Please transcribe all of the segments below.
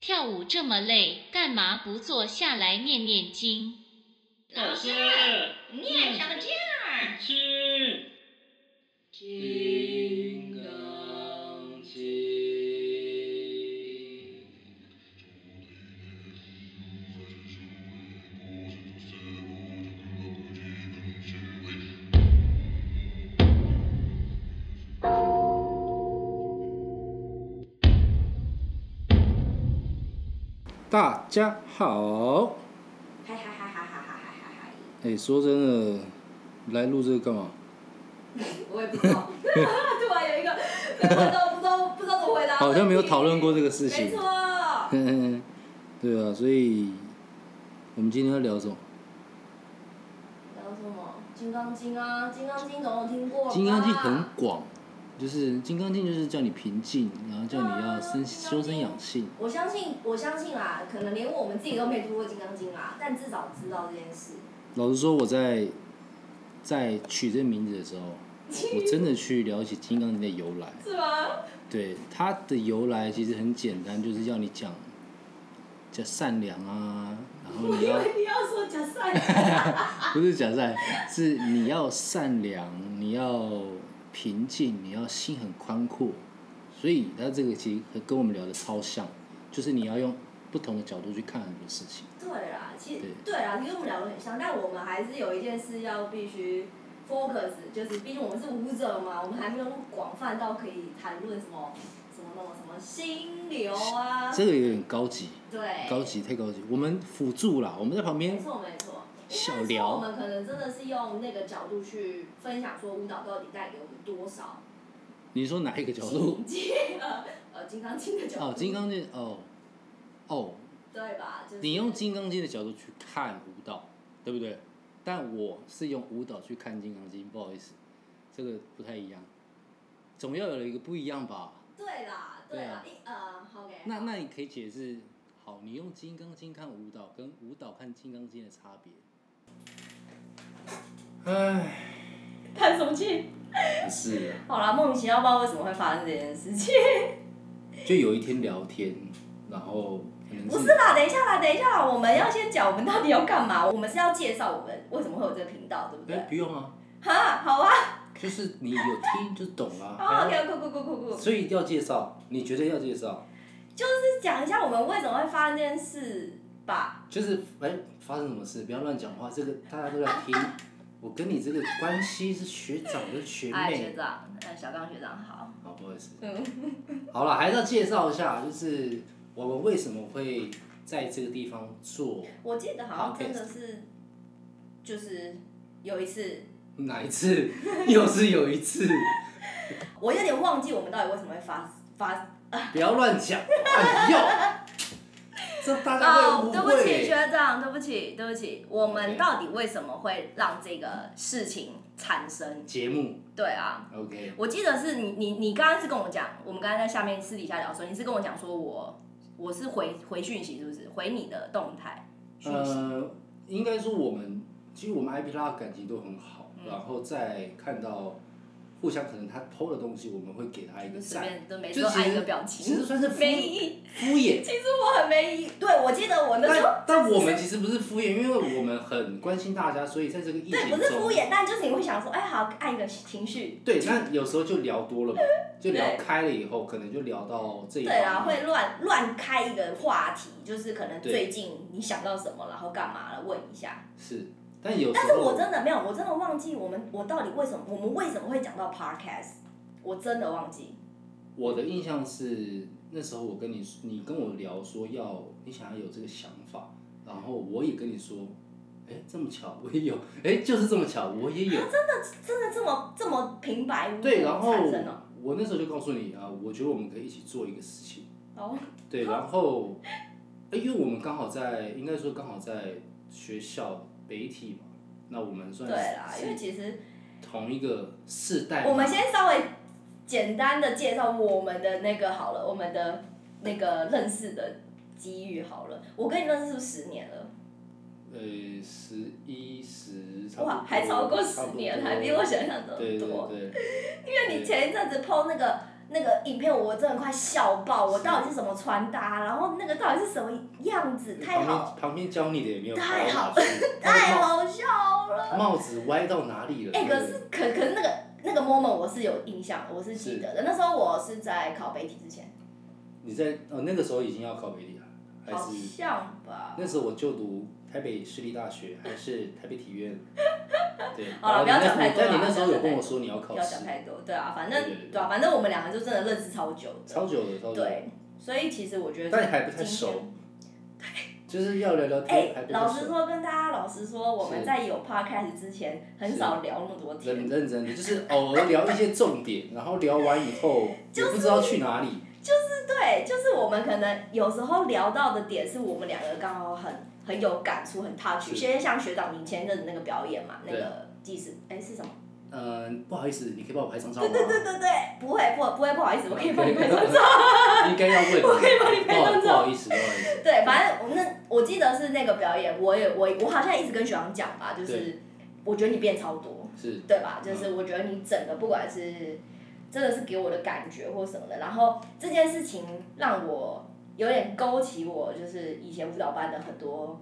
跳舞这么累，干嘛不坐下来念念经？老师，念什么经儿？经。金刚经。大家好，嗨嗨嗨嗨嗨嗨嗨嗨！哎、说真的，来录这个干嘛？ 我也不知道，突然有一个，不知道不知道不知道怎么回答。好像没有讨论过这个事情没错，对啊，所以我们今天要聊什么？聊什么？金刚经啊，金刚经总有听过吧。 《金刚经》很广，就是《金刚经》就是叫你平静，然后叫你要生修身养性。我相信，我相信啦，可能连我们自己都没读过《金刚经》啦，但至少知道这件事。老实说，我在在取这名字的时候，我真的去了解《金刚经》的由来。是吗？对它的由来其实很简单，就是要你讲讲善良啊，然后你要你要说假善，不是讲善，是你要善良，你要平静，你要心很宽阔。所以它这个其实和跟我们聊的超像，就是你要用不同的角度去看很多事情。对啦，其实对啦，其实我们聊得很像，但我们还是有一件事要必须 focus，就是毕竟我们是舞者嘛，我们还没有那么广泛到可以谈论什么什么那种什么心流啊，这个有点高级，对，高级太高级。我们辅助啦，我们在旁没边错没错。小应该说我聊，们可能真的是用那个角度去分享，说舞蹈到底带给我们多少你说哪一个角度境？界？呃，呃，金刚经的角度。哦，《金刚经》哦，哦，对吧？就是、你用《金刚经》的角度去看舞蹈，对不对？但我是用舞蹈去看《金刚经》，不好意思，这个不太一样，总要有一个不一样吧？对啦，对啦，一呃，OK。那那你可以解释，好，你用《金刚经》看舞蹈，跟舞蹈看《金刚经》的差别。唉，叹什么气？是啊，好啦，莫名其妙不知道为什么会发生这件事情。 就有一天聊天，然后可能不是啦，等一下啦，等一下啦，我们要先讲我们到底要干嘛？我们是要介绍我们为什么会有这个频道，对不哎，对？不用啊，哈，好啊，就是你有听就懂啦、好还要，OK，酷酷酷酷酷，所以要介绍，你觉得要介绍，就是讲一下我们为什么会发生这件事吧。就是哎、发生什么事，不要乱讲话，这个大家都在听。我跟你这个关系是学长跟学哎，妹学，长，嗯，小刚学长好。好，不好意思。嗯， 好了，还是要介绍一下，就是我们为什么会在这个地方做我记得好像真的是，就是有一次，哪一次， 又是有一次，我有点忘记我们到底为什么会发发。不要乱讲，哎呦，这大家会误哦对不起，会。学长，对不起，对不起，我们 OK 到底为什么会让这个事情产生？节目对啊， OK，我记得是你你你刚刚是跟我讲，我们刚刚在下面私底下聊的时候，你是跟我讲说我我是回回讯息是不是？回你的动态讯息。呃，应该说我们其实我们 IP 拉的感情都很好，嗯然后再看到互相可能他偷的东西，我们会给他一个就随赞，便都每次就都其按一个实表其实情，算是敷没意义。敷 衍，其实我很没意义。对，我记得我那时候但但我们其实不是敷衍，因为我们很关心大家，所以在这个疫对不情是敷中，衍，但就是你会想说，哎，好按一个情绪。对，那有时候就聊多了嘛，就聊开了以后，可能就聊到这一对啊，方面。会乱乱开一个话题，就是可能对最近你想到什么，然后干嘛了，问一下。是，但有时但是我候真的没有，我真的忘记我们我到底为什么我们为什么会讲到 podcast，我真的忘记。我的印象是那时候我跟你你跟我聊说要你想要有这个想法，然后我也跟你说，哎，这么巧我也有，哎，就是这么巧我也 有，啊真的这么这么平白无故对，然后产生哦了、我那时候就告诉你啊，我觉得我们可以一起做一个事情。哦，对，然后，哎，因为我们刚好在，应该说刚好在学校北体嘛，那我们算对啦，因为是哎其实同一个世代嘛。我们先稍微简单的介绍我们的那个好了，我们的那个认识的机遇好了。我跟你认识是不是十年了？呃，十一十，差不哇多，还超过差十不年，多还比我想象中对对多。对，因为你前一阵子 PO 那个那个影片，我真的快笑爆！我到底是怎么穿搭，啊然后那个到底是什么样子，太旁边好，旁边教你的也没有啊太教好哪去 太帽好笑了。帽子歪到哪里了？哎、可是可可是那个那个 moment 我是有印象，我是记得的。那时候我是在考北体之前，你在呃那个时候已经要考北理了，还好是像吧。那时候我就读台北市立大学还是台北体 院？对，好了不要然后讲你那太多但你了那时候不要有讲跟太我说你要不考要试讲，太多，对啊，反正对对对啊，反正我们两个就真的认识超久的，超久的，超久的，对，所以其实我觉得，但还不太熟。 就是要聊聊哎天，、还不太老实熟。说，跟大家老实说，我们是在有 podcast 之前，很少聊那么多天认，认真的，就是偶尔聊一些重点，然后聊完以 后也不知道去哪里，对，就是我们可能有时候聊到的点是我们两个刚好很很有感触，很 touch。是先像学长你前阵子那个表演嘛，那对个技师，哎是什么？嗯，不好意思，你可以帮我拍张照吗？对对对对，不会不会不会不好意思，我可以帮你拍张照。 照。应该要问。我可以帮你拍张照不好不好意思，不好意 思。对，反正我那我记得是那个表演，我也我我好像一直跟学长讲吧，就是我觉得你变超多，是对吧？就是我觉得你整个不管是真的是给我的感觉或什么的，然后这件事情让我有点勾起我就是以前舞蹈班的很多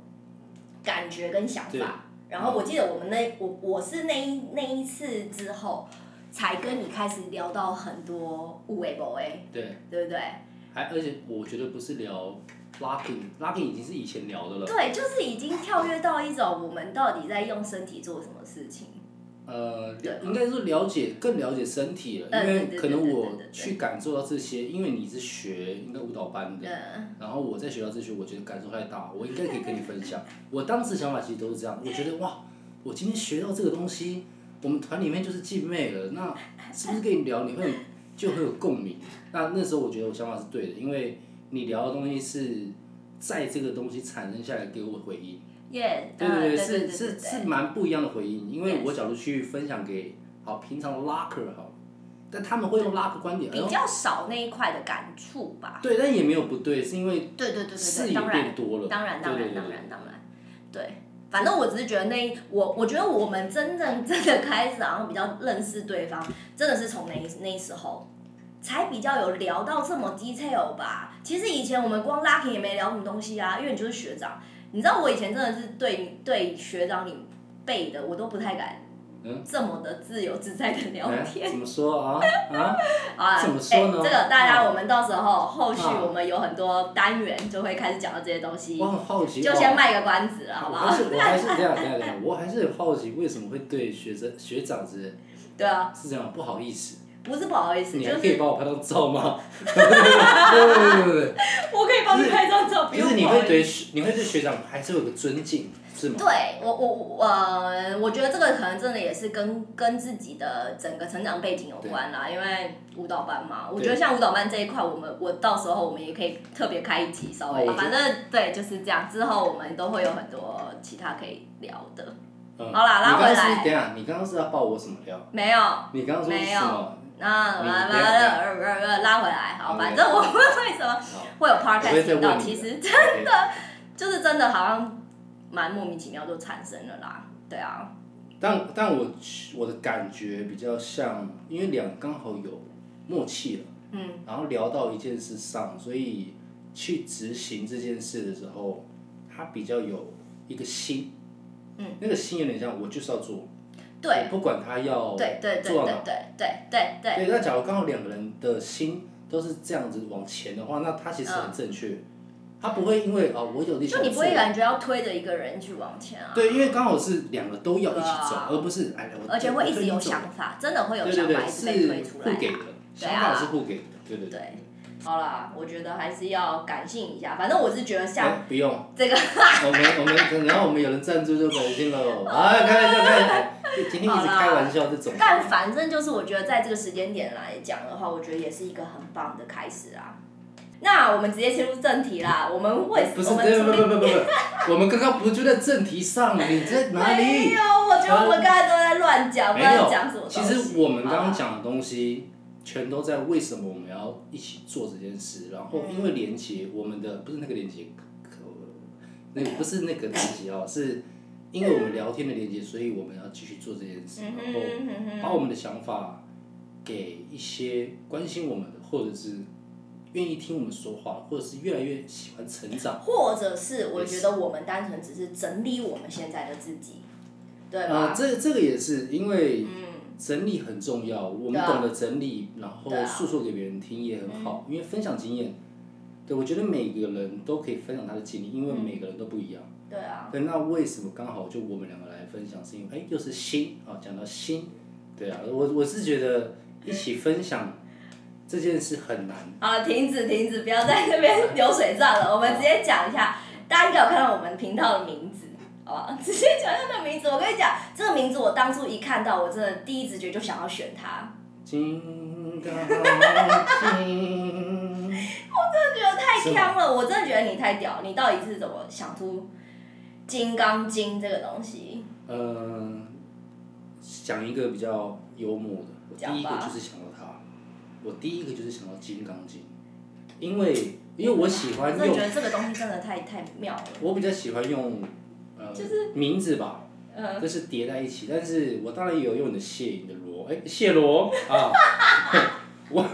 感觉跟想对法。然后我记得我们那我我是那一那一次之后，才跟你开始聊到很多舞诶不诶，对，对不对？还而且我觉得不是聊 locking，locking 已经是以前聊的了。对，就是已经跳跃到一种我们到底在用身体做什么事情。呃，对了应该是了解更了解身体了，嗯因对为对可对能对我对对对去感受到这些，因为你是学应该舞蹈班的，嗯，然后我在学校这些，我觉得感受太大，我应该可以跟你分享。我当时想法其实都是这样，我觉得哇，我今天学到这个东西，我们团里面就是姐妹了，那是不是跟你聊，你会就很有共鸣？那那时候我觉得我想法是对的，因为你聊的东西是在这个东西产生下来给我回应。耶、对嗯对对是对是是对蛮不一样的回应，因为 Yes 我假如去分享给好平常的 locker 好，但他们会用 locker 观点，比然后较少那一块的感触吧。对，但也没有不对，是因为对对对对视对，野当然变多了，当然当对然对当对然对当然，对。反正我只是觉得那一我，我觉得我们真正真的开始好像比较认识对方，真的是从那一那时候才比较有聊到这么 detail 吧。其实以前我们光 lucky 也没聊什么东西啊，因为你就是学长。你知道我以前真的是对你对学长你背的，我都不太敢嗯这么的自由自在的聊哎天。 怎么说啊啊？啊，怎么说呢哎这个大家，啊我们到时候后续啊我们有很多单元就会开始讲到这些东西。我很好奇，就先卖个关子了，好我不还好？哦是我还是这样这样这样，我还是很好奇为什么会对学生学长子 对啊，是这样不好意思，不是不好意思，你就还可以是帮我拍张照吗？对对对对我可以帮你拍张照，不对，用就是你不好意会思对学你会对学长还是有个尊敬是吗？对我我我呃，我觉得这个可能真的也是跟跟自己的整个成长背景有关啦，因为舞蹈班嘛，我觉得对像舞蹈班这一块，我们我到时候我们也可以特别开一集稍微，哦我觉反得正对就是这样，之后我们都会有很多其他可以聊的。嗯好啦拉回来你刚刚是等一下，你刚刚是要爆我什么料？没有，你刚刚说是什么？那你拉不要拉拉呃拉回来，好，嗯反正我们为什么好会有我会 podcast 再频道，问你其实真的。就是真的好像蛮莫名其妙就产生了啦。对啊，但但我我的感觉比较像，因为两刚好有默契了，嗯，然后聊到一件事上，所以去执行这件事的时候，他比较有一个心，嗯，那个心有点像我就是要做，对我不管他要对对对对哦做到对哪对对对，对，那假如刚好两个人的心都是这样子往前的话，那他其实很嗯正确，他不会因为哦我有力就想你不会做感觉要推着一个人去往前啊，对，因为刚好是两个都要一起走，对啊而不是哎，我而且会一直有法，想法，真的会有对想对法对，一直被推是出来互给啊的，。对想啊法是互给的，对对对。好啦，我觉得还是要感性一下，反正我是觉得像哎，不用，这个， 我们我们，然后我们有人赞助就感谢了，哎，开玩笑，开玩笑，今天一直开玩笑这种，但反正就是我觉得在这个时间点来讲的话，我觉得也是一个很棒的开始啊。那我们直接切入正题啦，我们为不是，我不们是今不天不不不不，我们刚刚不就在正题上，你在哪没里有，？我觉得我们刚才都在乱讲，不没知道有讲什么，东西。其实我们刚好刚啦，讲的东西，全都在为什么我们要一起做这件事。然后嗯因为连接，我们的不是那个连接，可那个不是那个连接哦，是因为我们聊天的连接，所以我们要继续做这件事，嗯然后哼嗯把哼，我们的想法给一些关心我们的，或者是愿意听我们说话，或者是越来越喜欢成长。或者是我觉得我们单纯只是整理我们现在的自己，对啊、吧？这这个也是因为嗯，整理很重要，我们对啊懂得整理，然后对啊嗯诉说给别人听也很好，因为分享经验。对，我觉得每个人都可以分享他的经历，因为嗯每个人都不一样。对啊，对，那为什么刚好就我们两个来分享？是因为哎，又是心啊，讲到心，对啊，我我是觉得一起分享这件事很难。好了，停止停止，不要在那边流水账了，我们直接讲一下，大家应该有看到我们频道的名字。好吧， 直接讲一下那名字。我跟你讲，这个名字我当初一看到，我真的第一直觉就想要选它，金刚经，我觉得太是吗强了，我真的觉得你太屌，你到底是怎么想出《金刚经》这个东西？呃，讲一个比较幽默的，我第讲一个吧就是想到他，我第一个就是想到《金刚经》，因为因为我喜我欢真的用觉，得这个东西真的太太妙了。我比较喜欢用呃、就是名字吧， 嗯，这是叠在一起，但是我当然也有用你的谢你的罗，哎，谢罗啊， 晚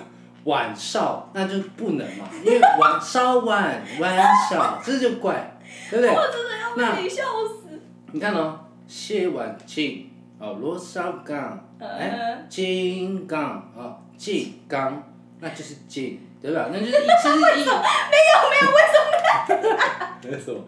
晚少那就不能嘛，因为晚稍晚晚少这就怪，对不对？那你笑死。你看哦，谢晚进哦，罗少刚，哎，金刚啊，金刚，那就是金，对吧？那就是一，这是 一，没有没有，为什么？ 为什么？为什么？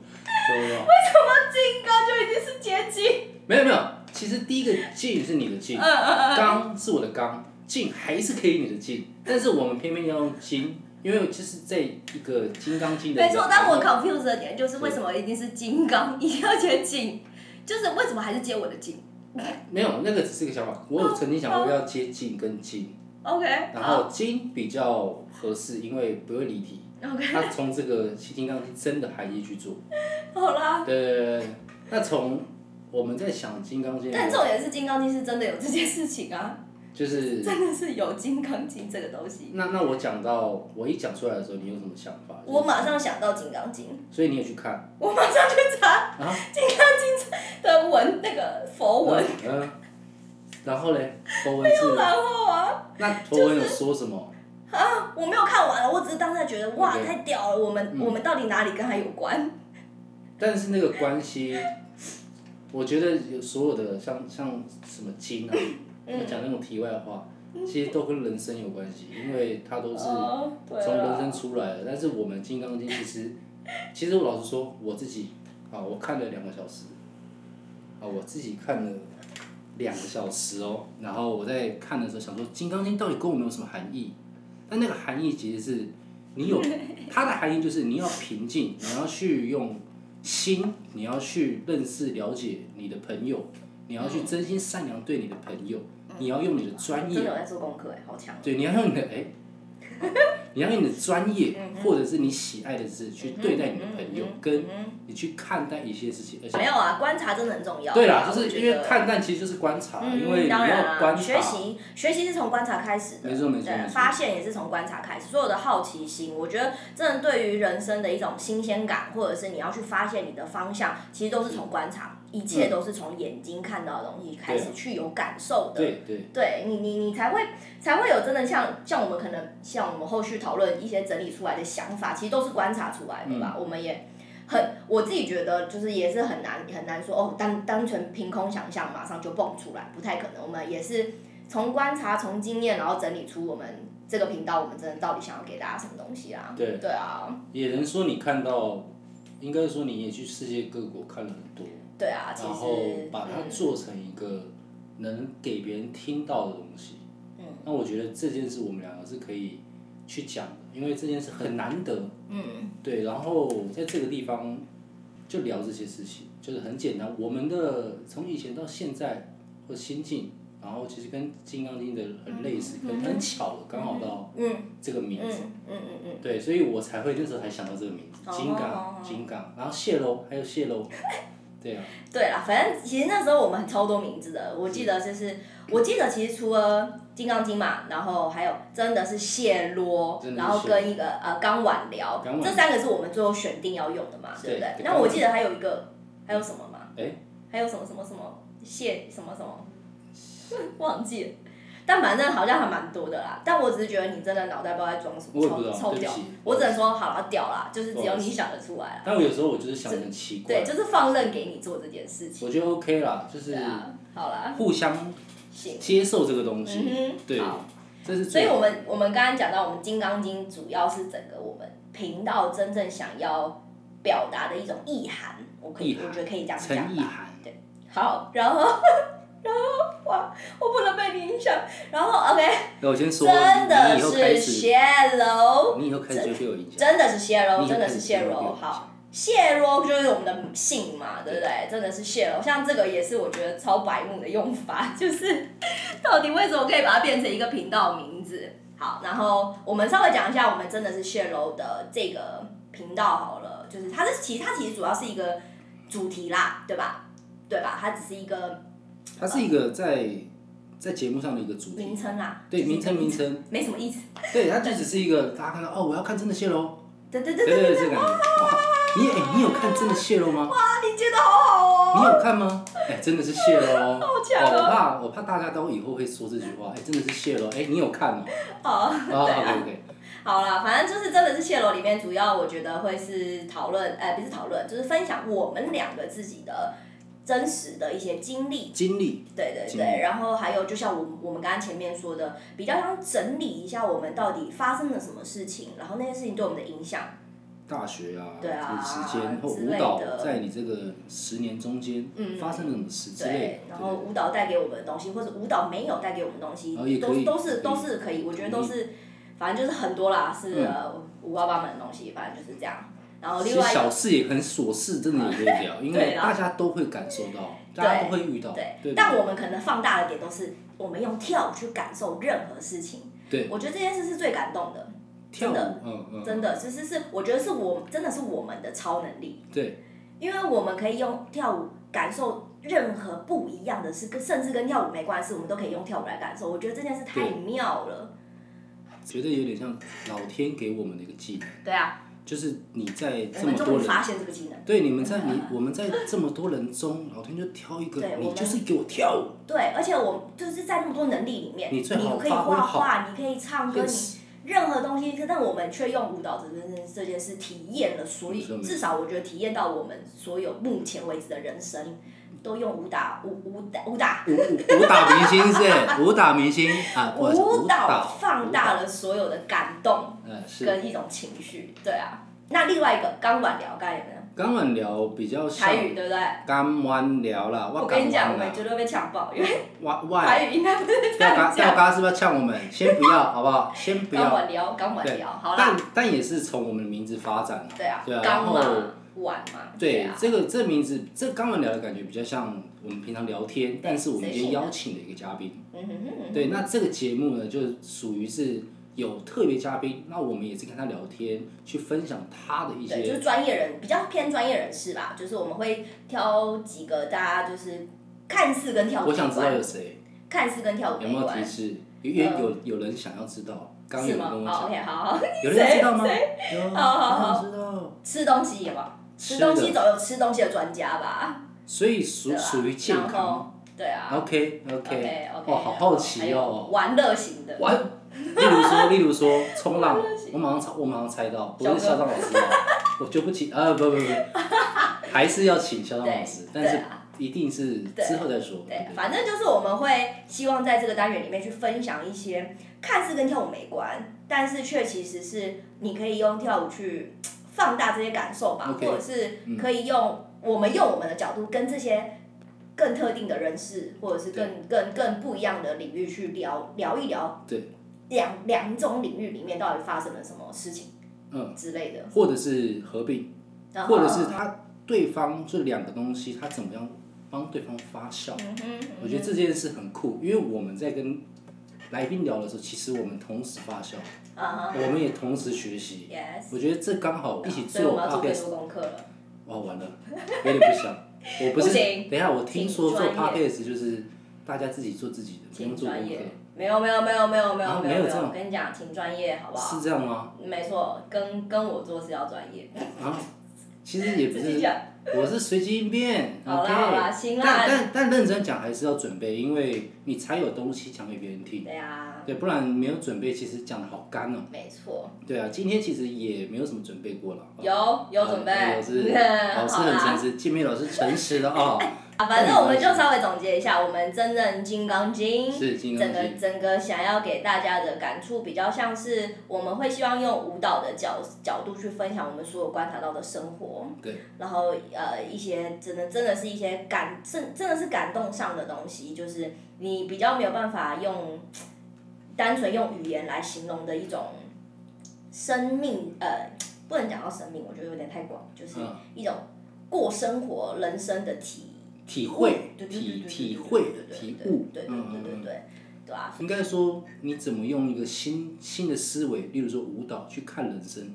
怎么金刚就已经是结晶？没有没有，其实第一个进是你的嗯进，刚是我的刚，进还是可以你的进，但是我们偏偏要用金，因为就是在一个《金刚经》的没错，但我考 confuse 的点就是为什么一定是金刚， 一定要接金，就是为什么还是接我的金没有那个只是一个想法，我有曾经想过要接近跟金， ？OK，然好后金比较合适，因为不会离题。 ，OK，他从这个《金刚经》真的含义去做，好啦。对对对对。那从我们在想《金刚经》，但重点是《金刚经》是真的有这件事情啊， 就是真的是有《金刚经》这个东西。那那我讲到我一讲出来的时候，你有什么想法？我马上想到《金刚经所以你有去看》，我马上去查啊？ 《金刚经》的文那个佛文，嗯、然后嘞，佛文是然后啊。那佛文有说什么？啊，我没有看完了，我只是当下觉得哇， OK 太屌了！我们、嗯我们到底哪里跟他有关？但是那个关系，我觉得有所有的像像什么经啊，嗯我讲那种题外话，其实都跟人生有关系，因为它都是哦对从人啦生出来的。但是我们《金刚经》其实，其实我老实说，我自己啊，我看了两个小时，啊，我自己看了两个小时哦。然后我在看的时候想说，《金刚经》到底跟我们有什么含义？但那个含义其实是，你有它的含义就是你要平静，你要去用心，你要去认识、了解你的朋友，你要去真心善良对你的朋友，你要用你的专业真的有在做功课哎，好强！对，你要用你的 哎，你要用你的专业嗯或者是你喜爱的事去对待你的朋友，跟你去看待一些事情，而嗯没且有啊，观察真的很重要。对啦，啊就是我觉因为得看淡其实就是观察，因为嗯，你当然要观啊，察，学习学习是从观察开始的，没错没错对没错发现也是从观察开始。所有的好奇心，我觉得真的对于人生的一种新鲜感，或者是你要去发现你的方向，其实都是从观察，一切都是从眼睛看到的东西开对啊始去有感受的。对对，对你，你你才会才会有真的像像我们可能像我们后续讨论一些整理出来的想法，其实都是观察出来的嗯吧。我们也很我自己觉得就是也是很难很难说哦，单单纯凭空想象马上就蹦出来，不太可能。我们也是从观察从经验，然后整理出我们这个频道我们真的到底想要给大家什么东西啊？对对啊，也能说你看到，应该说你也去世界各国看了很多，对啊，其然后实把它嗯做成一个能给别人听到的东西。嗯那我觉得这件事我们两个是可以去讲的，因为这件事很难得。嗯对，然后在这个地方就聊这些事情，就是很简单。我们的从以前到现在或心境，然后其实跟《金刚经》的很类似，可能很巧的刚好到嗯这个名嗯字。嗯嗯嗯，对，所以我才会那时候才想到这个名字，哦金哦刚，哦金刚，然后谢喽，还有谢喽，对啊，对啦，反正其实那时候我们超多名字的，我记得就是，我记得其实除了《金刚经》嘛，然后还有真的是谢罗真，的然是后跟一个呃刚晚聊刚，晚这三个是我们最后选定要用的嘛，对对不对？对那我记得还有一个，还有什么嘛？哎， 还有什么什么什么谢什么什么，忘记了。但反正好像还蛮多的啦。但我只是觉得你真的脑袋不知道在装什我么，也不知道抽抽对不掉起。我只能说好了，屌啦，就是只不好有意思你想得出来啦。但我有时候我就是想得很奇怪，对，就是放任给你做这件事情。我觉得 OK 啦，就是对啊，好啦，互相行。接受这个东西，嗯对哼，好。这是所最以我们我们刚刚讲到，我们《金刚经》主要是整个我们频道真正想要表达的一种意涵，我可意以涵我觉得可以这样讲吧。陈意涵，好，然后 然后哇，我不能被你影响。然后 OK，那我先说，真的你以后开是始，谢喽，你以后开始就被我影响，真的是谢你喽，以后真开的是始就会谢被我喽。影响好，，谢喽就是我们的姓嘛，对不对？真的是谢喽，像这个也是我觉得超白目的用法， 就是到底为什么可以把它变成一个频道名字？好，然后我们稍微讲一下，我们真的是谢喽的这个频道好了，就是它是其实它其实主要是一个主题啦，对吧？对吧？它只是一个它是一个在在节目上的一个主名题，称啦，对就是名称名称，没什么意思。对，它就只是一个大家看到哦，我要看真的蟹喽，对对对对对对对对，这个感觉，哇，你哎，你有看真的蟹喽吗？你接的好好哦。你有看吗？哎，真的是蟹喽，好强哦我怕我怕大家都以后会说这句话，哎，真的是蟹喽，哎，你有看吗？好，啊对啊，OK OK，好啦，反正就是真的是泄露里面，主要我觉得会是讨论，哎、不是讨论，就是分享我们两个自己的真实的一些经历。经历，对对经历对，然后还有就像我我们刚刚前面说的，比较想整理一下我们到底发生了什么事情，然后那些事情对我们的影响。大学啊，对啊这个时间或之舞类的蹈，在你这个十年中间嗯发生了什么事之类对，的，然后舞蹈带给我们的东西，或者舞蹈没有带给我们的东西，哦也可都以都是可以都是可以，我觉得同都意是，反正就是很多啦，是嗯呃五花八门的东西，反正就是这样。然后另其实外一个啊小事也很琐事，真的也可以 聊，因为大家都会感受到，大家都会遇到，对，对，但我们可能放大的点都是我们用跳舞去感受任何事情。对我觉得这件事是最感动的，跳舞真的，嗯嗯，真的，其实是我觉得是我真的是我们的超能力，对，因为我们可以用跳舞感受任何不一样的事，跟甚至跟跳舞没关系，我们都可以用跳舞来感受。我觉得这件事太对妙了。觉得有点像老天给我们的一个技能，对啊，就是你在这我么们终多于人。发现这个技能。对，你们在你我们在这么多人中，老天就挑一个对，我你们就是给我跳舞，对，而且我就是在那么多能力里面，你你最好可以发挥画好画，你可以唱歌，你 Yes 任何东西，但我们却用舞蹈这件这件事体验了所有没错没，错至少我觉得体验到我们所有目前为止的人生，都用武打武武打武打舞舞舞蹈明星是舞蹈明星啊，不好意思舞舞蹈放大了，了所有的感动嗯是。跟一种情绪，对啊。那另外一个钢管聊，刚才有没有？刚晚聊比较像台语对不对？刚晚聊啦，我我跟你讲，我我们绝对会被呛爆，因为哇哇，台语应该不是这吊样嘎吊讲。嘎是不是要呛我们？先不要，好 不好？先不钢要。管聊，钢管对聊，好啦但。但也是从我们的名字发展的。对啊对啊，然刚后嘛，晚嘛，对啊，这个这名字，这刚晚聊的感觉比较像我们平常聊天，但是我们随今天性的邀请了一个嘉宾。嗯哼哼，对，那这个节目呢，就是属于是有特别嘉宾，那我们也是跟他聊天，去分享他的一对，就是些专业人比较偏专业人士吧，就是我们会挑几个大家就是看似跟跳舞我想有知道有关，谁，看似跟跳舞有没有提关，示？有有嗯有有人想要知道，刚刚是有吗？人跟我哦讲， ，OK，好好，有人知道吗？有，好好我好想知道。吃东西有没有？吃吃东西的，总有吃东西的专家吧，所以对属吧属于健然康。后对啊 OK OK， ，OK OK，哦好好奇哦玩乐型的，玩，例如 说，例如说冲浪我也是，我马上猜，我马上猜到，不小是哥校长老 师吗？我就不请，呃，不不不，还是要请校长老师 对，但是对啊一定是对之后再说。对，反正就是我们会希望在这个单元里面去分享一些看似跟跳舞没关，但是却其实是你可以用跳舞去嘖放大这些感受吧 OK，嗯或者是可以用我们用我们的角度跟这些更特定的人士，或者是更更更不一样的领域去聊聊一聊对两两种领域里面到底发生了什么事情嗯，之类的，或者是合并，然后或者是他对方这两个东西，他怎么样帮对方发酵？嗯哼，嗯我觉得哼这件事很酷，因为我们在跟来宾聊的时候，其实我们同时发酵，啊哈我们也同时学习。 ，yes，我觉得这刚好一起所以我做们要做更 podcast，多功课了。哇，完了，有点不想。我不是，不行等一下我听说做请专 podcast 就是大家自己做自己的，不用请做专功业课，，没有没有没有没有没啊有没有有没这种我跟你讲，请专业好不好是？这样吗？没错，跟跟我做事要专业，啊，其实也不自己是讲，我是随机应变。好 OK，啦好啦行啦但但但认真讲还是要准备，因为你才有东西讲给别人听。对啊，对，不然没有准备，其实讲的好干哦、没错，对啊，今天其实也没有什么准备过了。有有准备啊 老师，老师好很啦诚实，金妹老师诚实的啊、啊，反正我们就稍微总结一下，我们真正《金刚经》是金刚整个经。整个想要给大家的感触，比较像是我们会希望用舞蹈的角角度去分享我们所有观察到的生活，对，然后呃一些真的真的是一些感真真的是感动上的东西，就是你比较没有办法用单纯用语言来形容的一种生命，呃，不能讲到生命，我觉得有点太广，就是嗯一种过生活人生的体体会、对对对对体对体会对、对体对悟，对对嗯对对嗯嗯对，对啊，应该说，你怎么用一个新新的思维，例如说舞蹈去看人生，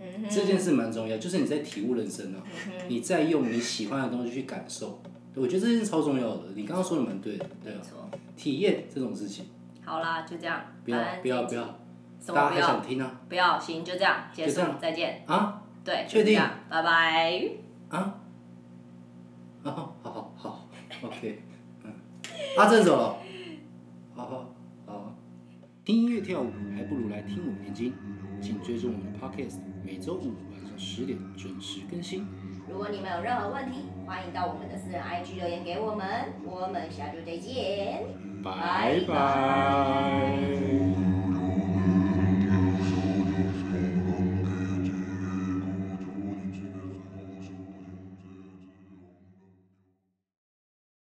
嗯哼，这件事蛮重要，就是你在体悟人生啊，你在用你喜欢的东西去感受，我觉得这件事超重要的。你刚刚说的蛮对的，对没啊，错，体验这种事情，好啦，就这样，不要反正不要这不一集，要，什大么家不还想要听啊不要，行，就这样结就束这，样再见，啊对，确就这定样，拜拜。啊啊！好好好，OK，嗯，阿正走了，好好好，听音乐跳舞还不如来听我念经，请追踪我们的 Podcast，每周五晚上十点准时更新。嗯如果你们有任何问题，欢迎到我们的私人 IG 留言给我们，我们下周再见。拜拜